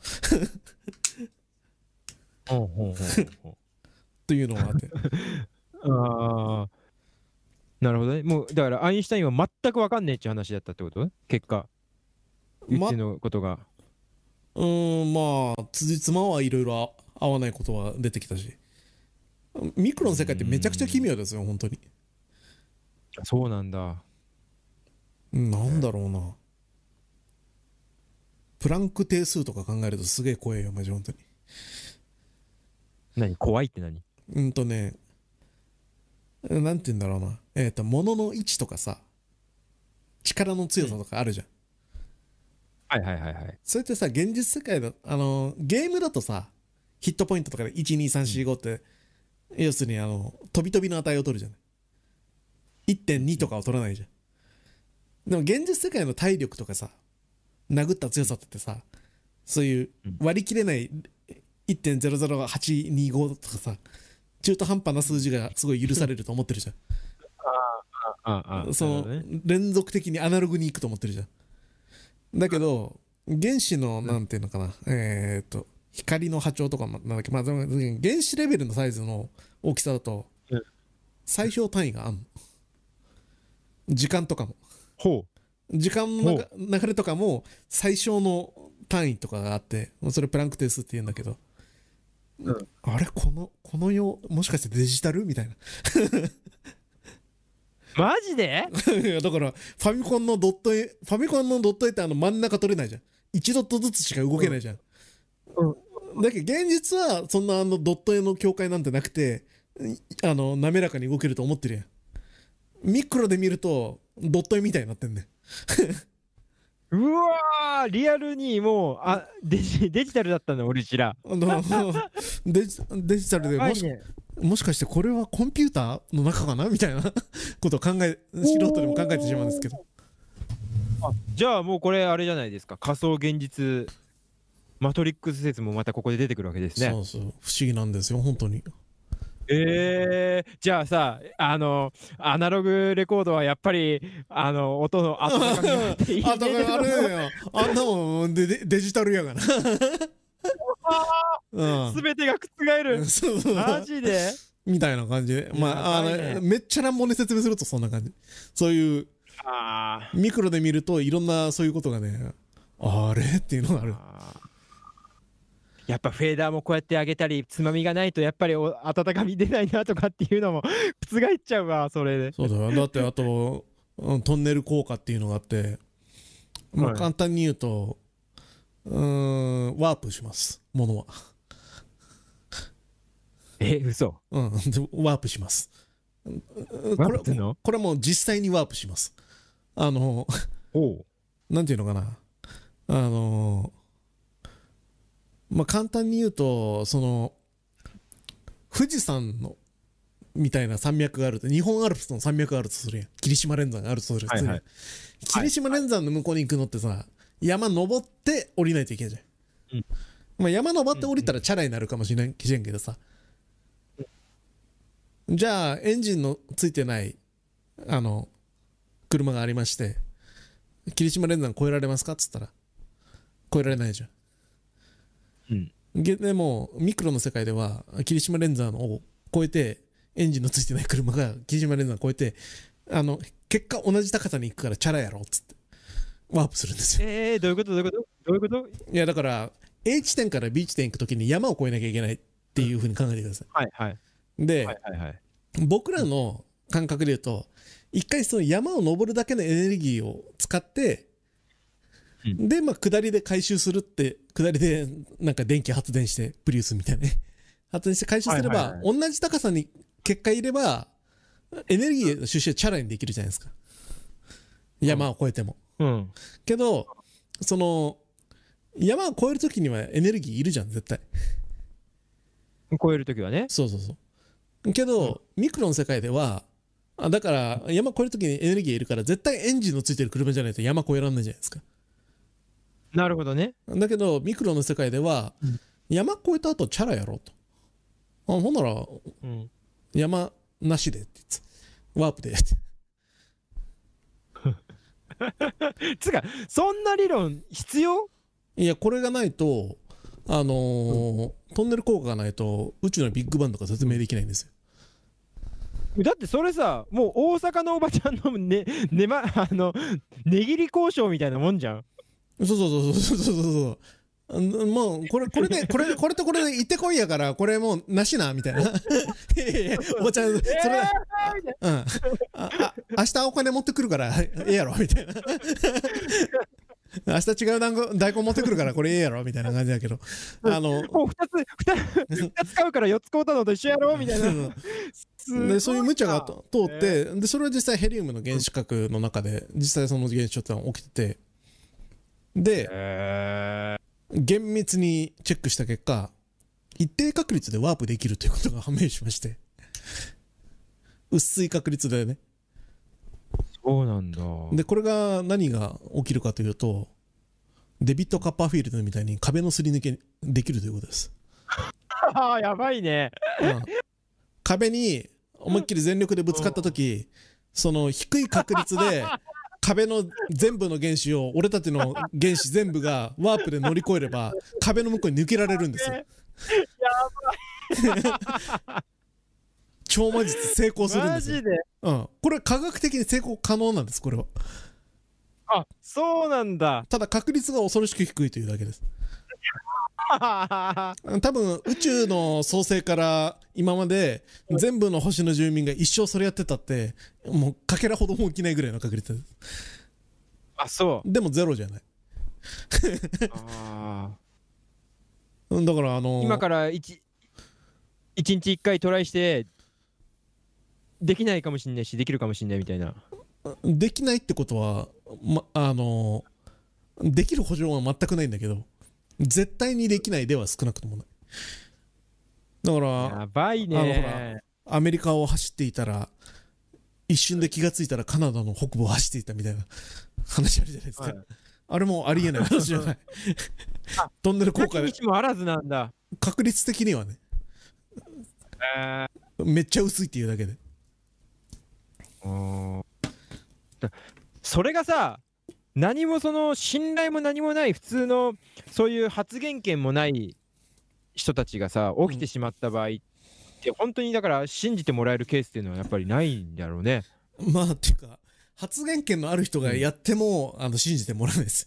S1: ほうほうほうほう。
S2: というのがあって
S1: (laughs) ああ。なるほどね。もうだからアインシュタインは全くわかんねえっていう話だったってこと結果。う
S2: ま
S1: ちのことが。
S2: うーんまあつじつまはいろいろ合わないことは出てきたしミクロの世界ってめちゃくちゃ奇妙ですよ本当に
S1: そうなんだ。
S2: なんだろうな。プランク定数とか考えるとすげえ怖いよ、マジ本当に。
S1: 何怖いって何
S2: うんとね、なんて言うんだろうな。えっ、と、物の位置とかさ、力の強さとかあるじゃん。
S1: はいはいはいはい。
S2: それってさ、現実世界の、あの、ゲームだとさ、ヒットポイントとかで1、2、3、4、5って、要するにあの、飛び飛びの値を取るじゃない。1.2とかを取らないじゃん。でも現実世界の体力とかさ、殴った強さってさ、そういう割り切れない1.00825とかさ、中途半端な数字がすごい許されると思ってるじ
S1: あ
S2: ゃ
S1: あ、
S2: ん。そ
S1: なる
S2: の
S1: ほどね、
S2: 連続的にアナログに行くと思ってるじゃん。だけど、原子の、なんていうのかな、えーっと、光の波長とかも、なんだっけ、まあ、でも原子レベルのサイズの大きさだと
S1: うん、
S2: 最小単位があんの。時間とかも。
S1: ほう。
S2: 時間の中流れとかも最小の単位とかがあってもうそれプランク定数って言うんだけど、
S1: うん
S2: あれこのこの世もしかしてデジタルみたいな
S1: マジで
S2: いや (laughs) だからファミコンのドット絵ファミコンのドット絵ってあの真ん中取れないじゃん1ドットずつしか動けないじゃん、
S1: うん
S2: だけど現実はそんなあのドット絵の境界なんてなくていあの滑らかに動けると思ってるやんミクロで見るとドット絵みたいになってんね
S1: うわーリアルにもうあデジデジタルだったの俺ちら。
S2: あの (laughs) デジデジタルでもし
S1: やばいね
S2: もしかしてこれはコンピューターの中かなみたいなことを考え素人でも考えてしまうんですけど
S1: じゃあもうこれあれじゃないですか仮想現実マトリックス説もまたここで出てくるわけですね。
S2: そうそう不思議なんですよ本当に
S1: えー、じゃあさあのアナログレコードはやっぱりあの音の後が入っていいね
S2: (laughs) あだからあれだよあんなもんででデジタルや (laughs) がなうん
S1: (laughs) 全てが覆る
S2: そうそう
S1: マジで
S2: みたいな感じでまああ
S1: やばいね
S2: のめっちゃ乱暴に説明するとそんな感じそういう
S1: あ
S2: ミクロで見るといろんなそういうことがねあれっていうのがあ
S1: ー
S2: る
S1: あーやっぱフェーダーもこうやって上げたりつまみがないとやっぱりお温かみ出ないなとかっていうのも (laughs) 覆っちゃうわそれで。
S2: そうだ (laughs) よ。だって、あと、うんトンネル効果っていうのがあって、まあ、
S1: はい
S2: 簡単に言うと、うーん、ワープします。ものは。
S1: え嘘
S2: うん、でワープします。うんこ
S1: ワ
S2: れ
S1: ープってんの
S2: これはもう実際にワープします。あの、
S1: おう
S2: なんていうのかな。あの、まあ、簡単に言うと、その、富士山の、みたいな山脈があると、日本アルプスの山脈があるとするやん。霧島連山があるとするやん。
S1: はいはい
S2: 霧島連山の向こうに行くのってさ、山登って降りないといけないじゃん。
S1: うん
S2: まあ、山登って降りたらチャラになるかもしれんしれんけどさ。じゃあ、エンジンのついてない、あの、車がありまして、霧島連山越えられますかっつったら、越えられないじゃん。
S1: うん
S2: げでも、ミクロの世界では、霧島レンザーを超えて、エンジンのついてない車が霧島レンザーを超えて、あの、結果同じ高さに行くからチャラやろっつって、ワープするんですよ。
S1: えー、どういうことどういうことどういうこと
S2: いや、だから、A 地点から B 地点行くときに山を越えなきゃいけないっていうふうに考えてくださ
S1: はいはい
S2: い。で、
S1: はいはいはい。
S2: 僕らの感覚で言うと、一回その山を登るだけのエネルギーを使って、
S1: うん
S2: で、まあ、下りで回収するって、下りでなんか電気発電して、プリウスみたいなね。 (laughs) 発電して回収すれば、
S1: はいはい
S2: 同じ高さに結果いれば、エネルギーの収集はチャラにできるじゃないですか。山を越えても。
S1: うん。
S2: けど、その、山を越える時にはエネルギーいるじゃん絶対
S1: 超えるときはね。
S2: そうそうそうけど、ミクロの世界ではあだから山越える時にエネルギーいるから絶対エンジンのついてる車じゃないと山越えられないじゃないですか
S1: なるほどね。
S2: だけどミクロの世界では、
S1: うん
S2: 山越えた後チャラやろうとあほんなら
S1: うん。
S2: 山なしでって言ってワープでって
S1: つうか、そんな理論必要
S2: いやこれがないとあのートンネル効果がないと宇宙のビッグバンとか説明できないんですよ
S1: だってそれさ、もう大阪のおばちゃんのね、ねま、あの、値切り交渉みたいなもんじゃん。
S2: そうそうそうそうそうそうそうあのもうこれこれ
S1: (laughs)
S2: でこれこれとこれで行ってこいやからこれもうなしなみたいないやいやいやおばちゃんそれ
S1: えー
S2: はうんああ明日お金持ってくるからええやろみたいな明日違う団子大根持ってくるからこれええやろみたいな感じだけどあの
S1: もう2つ、2つ、二つ買うから4つ買うたのと一緒やろみたいな。すごいな
S2: でそういう無茶がと通って、でそれは実際ヘリウムの原子核の中で実際その現象ってのは起きててで
S1: へ
S2: 厳密にチェックした結果一定確率でワープできるということが判明しまして薄い確率でね
S1: ーそうなんだ。
S2: でこれが何が起きるかというとデビット・カッパーフィールドみたいに壁のすり抜けできるということです、
S1: ああ、やばいね。
S2: うん壁に思いっきり全力でぶつかった時その低い確率で壁の全部の原子を俺たちの原子全部がワープで乗り越えれば壁の向こうに抜けられるんですよ超魔術成功するん
S1: マ
S2: ですよ
S1: ジ、で。
S2: うん、これ科学的に成功可能なんですこれは
S1: あそうなんだ。 (laughs)
S2: ただ確率が恐ろしく低いというだけです
S1: あ
S2: 多分宇宙の創生から今まで全部の星の住民が一生それやってたってもうかけらほども起きないぐらいの確率です
S1: そ。
S2: でもゼロじゃないう
S1: あ
S2: うんだからあ
S1: ー
S2: の
S1: 今から一一日一回トライして、できないかもしんないし、できるかもしんないみたいな。
S2: できないってことは、ま、あのできる保証は全くないんだけど絶対にできないでは少なくともないだから
S1: やばいね。
S2: アメリカを走っていたら一瞬で気がついたらカナダの北部を走っていたみたいな (laughs) 話あるじゃないですか、
S1: はい
S2: あれもありえない話じゃないトンネル効
S1: なき
S2: 果で
S1: 道もあらずなんだ。
S2: 確率的にはね
S1: え
S2: めっちゃ薄いっていうだけで
S1: ーだそれがさ、何もその信頼も何もない普通のそういう発言権もない人たちがさ起きてしまった場合って本当にだから信じてもらえるケースっていうのはやっぱりないんだろうね。
S2: まあっていうか発言権のある人がやっても、あの信じてもらえないです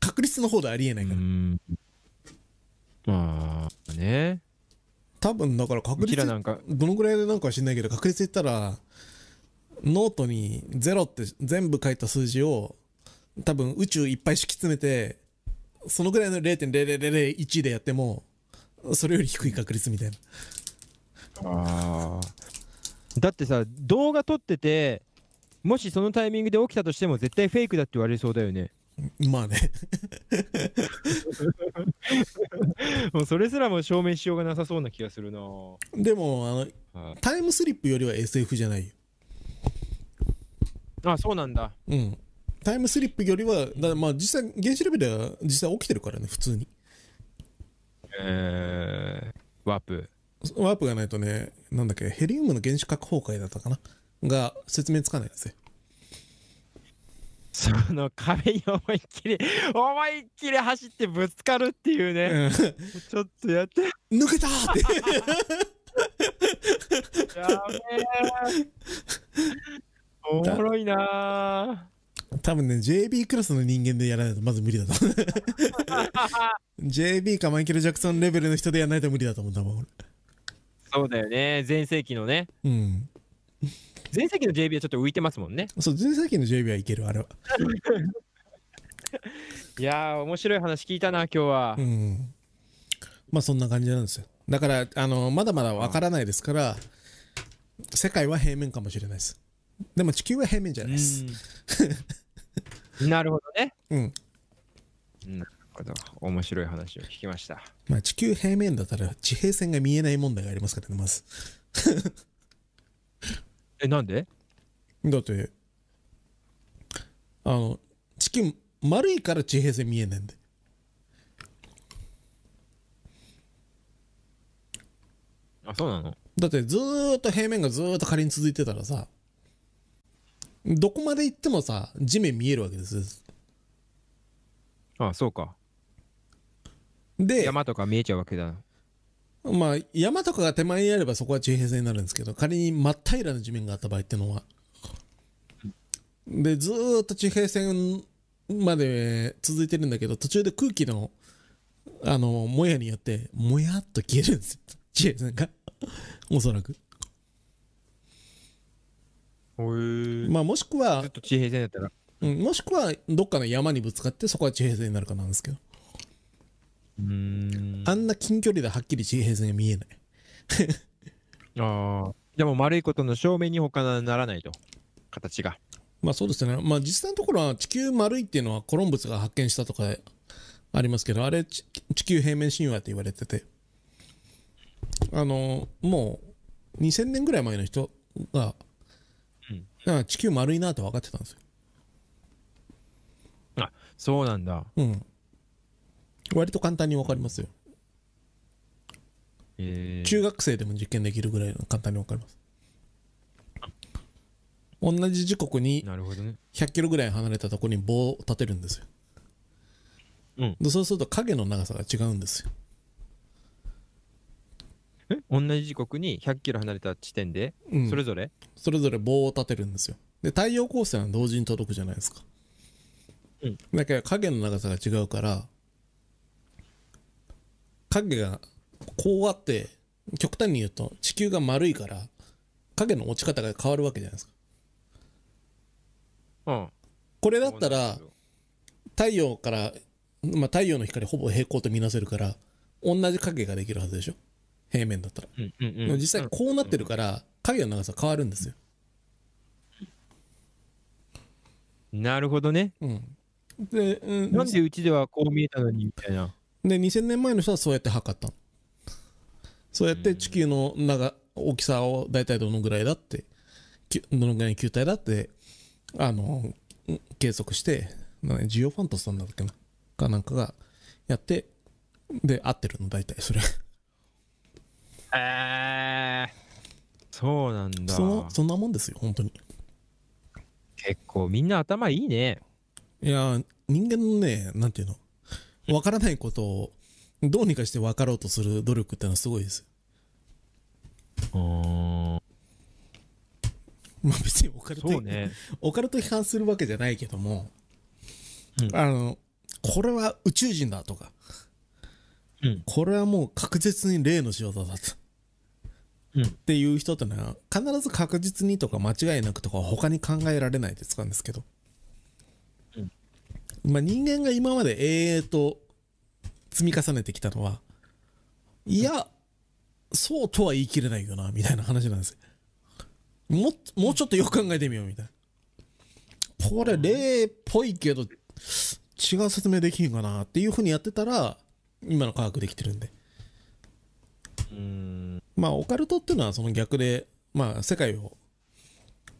S2: 確率の方でありえな
S1: う
S2: いから、
S1: んまあね
S2: 多分だから確
S1: うち
S2: 率
S1: らなんか
S2: どのぐらいでなんかは知んないけど確率言ったらノートに0って全部書いた数字を多分宇宙いっぱい敷き詰めてそのぐらいの0.0001でやってもそれより低い確率みたいな
S1: だってさ動画撮っててもしそのタイミングで起きたとしても絶対フェイクだって言われそうだよね。
S2: まあね (laughs)
S1: もうそれすらも証明しようがなさそうな気がするな。
S2: でもあ
S1: はい
S2: のタイムスリップよりは SF じゃないよ
S1: あそうなんだ。
S2: うんタイムスリップよりはだからまあ実際原子レベルでは実際起きてるからね普通に
S1: えー、ワープ。
S2: ワープがないとねなんだっけヘリウムの原子核崩壊だったかなが説明つかないんですよ
S1: その壁に思いっきり思いっきり走ってぶつかるっていうね、ちょっとやって
S2: 抜けたー (laughs) って
S1: やべえおもろいな
S2: 多分ね JB クラスの人間でやらないとまず無理だ (laughs) と思う JB かマイケル・ジャクソンレベルの人でやらないと無理だと思う多分俺
S1: そうだよね全盛期のね
S2: うん
S1: 全盛期の JB はちょっと浮いてますもんね
S2: そう全盛期の JB はいけるあれはい
S1: やー面白い話聞いたな今日は
S2: う、んまあそんな感じなんですよだからあのまだまだわからないですから世界は平面かもしれないですでも地球は平面じゃないです
S1: うんなるほどね
S2: うん
S1: なるほど、面白い話を聞きました。
S2: まあ、地球平面だったら地平線が見えない問題がありますからね、まず。
S1: え、なんで
S2: だって、あの、地球丸いから地平線見えないんで。
S1: あ、そうなの
S2: だってずーっと平面がずーっと仮に続いてたらさ、どこまで行ってもさ、地面見えるわけです。
S1: あ、そうか。
S2: で、
S1: 山とか見えちゃうわけだ。
S2: まあ、山とかが手前にあればそこは地平線になるんですけど、仮に真っ平らな地面があった場合ってのは。で、ずーっと地平線まで続いてるんだけど、途中で空気の、あの、もやによって、もやっと消えるんですよ。地平線が。 (laughs) おそらく。
S1: ほえ。
S2: まあ、もしくは
S1: ずっ、と地平線だったら。
S2: うん、もしくは、どっかの山にぶつかって、そこは地平線になるかなんですけど。
S1: うーん。
S2: あんな近距離ではっきり地平線が見えない。
S1: ああ。でも丸いことの正面に他にならないと。形が。
S2: まあそうですね。まあ実際のところは地球丸いっていうのはコロンブスが発見したとかありますけど、あれち地球平面神話って言われてて、あの、もう2000年ぐらい前の人が、
S1: うん
S2: あ地球丸いなと分かってたんですよ。
S1: そうなんだ。
S2: うん。割と簡単に分かりますよ。
S1: えー、
S2: 中学生でも実験できるぐらいの簡単に分かります。同じ時刻に
S1: なるほどね。
S2: 100キロぐらい離れたところに棒を立てるんですよ、
S1: うん
S2: でそうすると影の長さが違うんですよ
S1: え同じ時刻に100キロ離れた地点で、
S2: うん
S1: それぞれ
S2: それぞれ棒を立てるんですよで太陽光線は同時に届くじゃないですか、
S1: うん
S2: だけど影の長さが違うから影がこうあって極端に言うと地球が丸いから影の落ち方が変わるわけじゃないですか
S1: うん。
S2: これだっ
S1: そ
S2: た
S1: うなん
S2: ら
S1: ですよ
S2: 太陽から、まあ、太陽の光ほぼ平行と見なせるから同じ影ができるはずでしょ平面だったら
S1: うんうん
S2: で
S1: う
S2: も
S1: ん、
S2: 実際こうなってるから影の長さ変わるんですよ、
S1: なるほどね。
S2: うんで,、うん、
S1: なんでうちではこう見えたのにみたいな。
S2: で2000年前の人はそうやって測ったのそうやって地球の長大きさを大体どのぐらいだってきゅどのぐらいの球体だってあのうん計測してなんかジオファントスさんだったっけなかなんかがやってで合ってるの大体それ
S1: えー、そうなんだ。
S2: そのそんなもんですよ本当に
S1: 結構みんな頭いいね。
S2: いやー人間のねなんていうのわからないことをどうにかして分かろうとする努力ってのはすごいですよ
S1: うん。
S2: まあ別にオカルト
S1: そうね。
S2: オカルト批判するわけじゃないけども、
S1: うん
S2: あのこれは宇宙人だとか、
S1: うん
S2: これはもう確実に例の仕業だ
S1: う
S2: と、
S1: ん
S2: っていう人ってのは必ず確実にとか間違いなくとか他に考えられないって使うんですけど、
S1: うん
S2: まあ、人間が今まで永遠と積み重ねてきたのはいや、そうとは言い切れないよなみたいな話なんですよもっもうちょっとよく考えてみようみたいなこれ例っぽいけど違う説明できひんかなっていうふうにやってたら今の科学できてるんで
S1: うん。
S2: まあオカルトっていうのはその逆でまあ世界を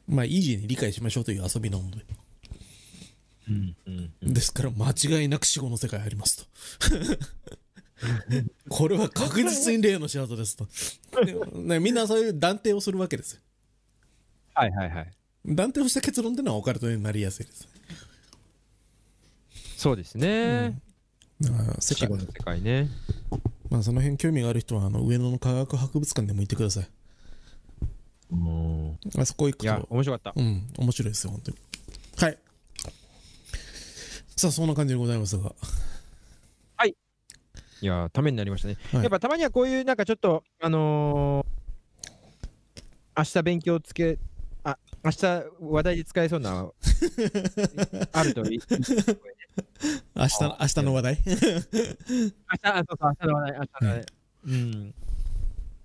S2: まあイージーに理解しましょうという遊びなので
S1: うん。うん。
S2: ですから間違いなく死後の世界ありますと (laughs) これは確実に例の仕業ですとでねみんなそういう断定をするわけですよ
S1: はいはいはい。
S2: 断定をした結論っていうのはオカルトになりやすいです
S1: そうですね。
S2: だから世
S1: 死
S2: 界
S1: 後の世界ね。
S2: まあその辺興味がある人はあの上野の科学博物館でも行ってください
S1: うん。
S2: あそこ行く
S1: いや
S2: と、
S1: 面白かった。
S2: うん面白いですよ本当にはいさあそんな感じでございますが
S1: いや、ためになりましたね。
S2: はい
S1: やっぱたまにはこういう、なんかちょっと、あのー、明日勉強つけ、あ明日話題で使えそう (laughs) な、あるといい。
S2: 明日の明日の話題
S1: 明日、あそうそう、明日の話題、明日の話題。うん。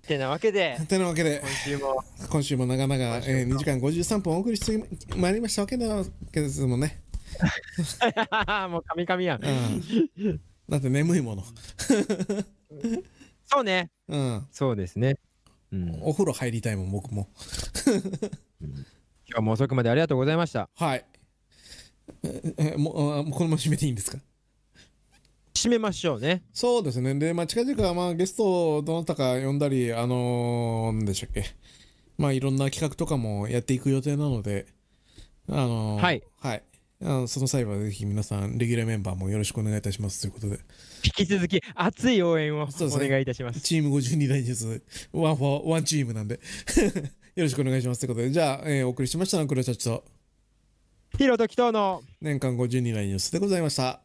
S1: てなわけで、
S2: てなわけで
S1: 今週も、 (laughs)
S2: 今週も長々、えー、2時間53分お送りしてまいりましたわけなわけですもんね
S1: もう、カミカミやん。 (laughs)
S2: うんだって眠いもの。
S1: そうね。
S2: うん。
S1: そうですね。うん、今
S2: お風呂入りたいもん、僕も。
S1: 日も遅くまでありがとうございました。
S2: はい。ええもうあもうこのまま締めていいんですか
S1: 締めましょうね。
S2: そうですね。で、まあ、近々、まあ、ゲストをどなたか呼んだり、あのー、なんでしたっけ。まあ、いろんな企画とかもやっていく予定なので、あのー
S1: はい。
S2: はい。あのその際は、ぜひ皆さん、レギュラーメンバーもよろしくお願いいたしますということで、
S1: 引き続き熱い応援をお
S2: そうですね
S1: 願いいたします。
S2: チーム52代術、ワンフォー、ワンチームなんで、 (laughs) よろしくお願いしますということで、じゃあ、えーお送りしましたのは、黒シャチと、
S1: ヒロとキトーの
S2: 年間52代ニュースでございました。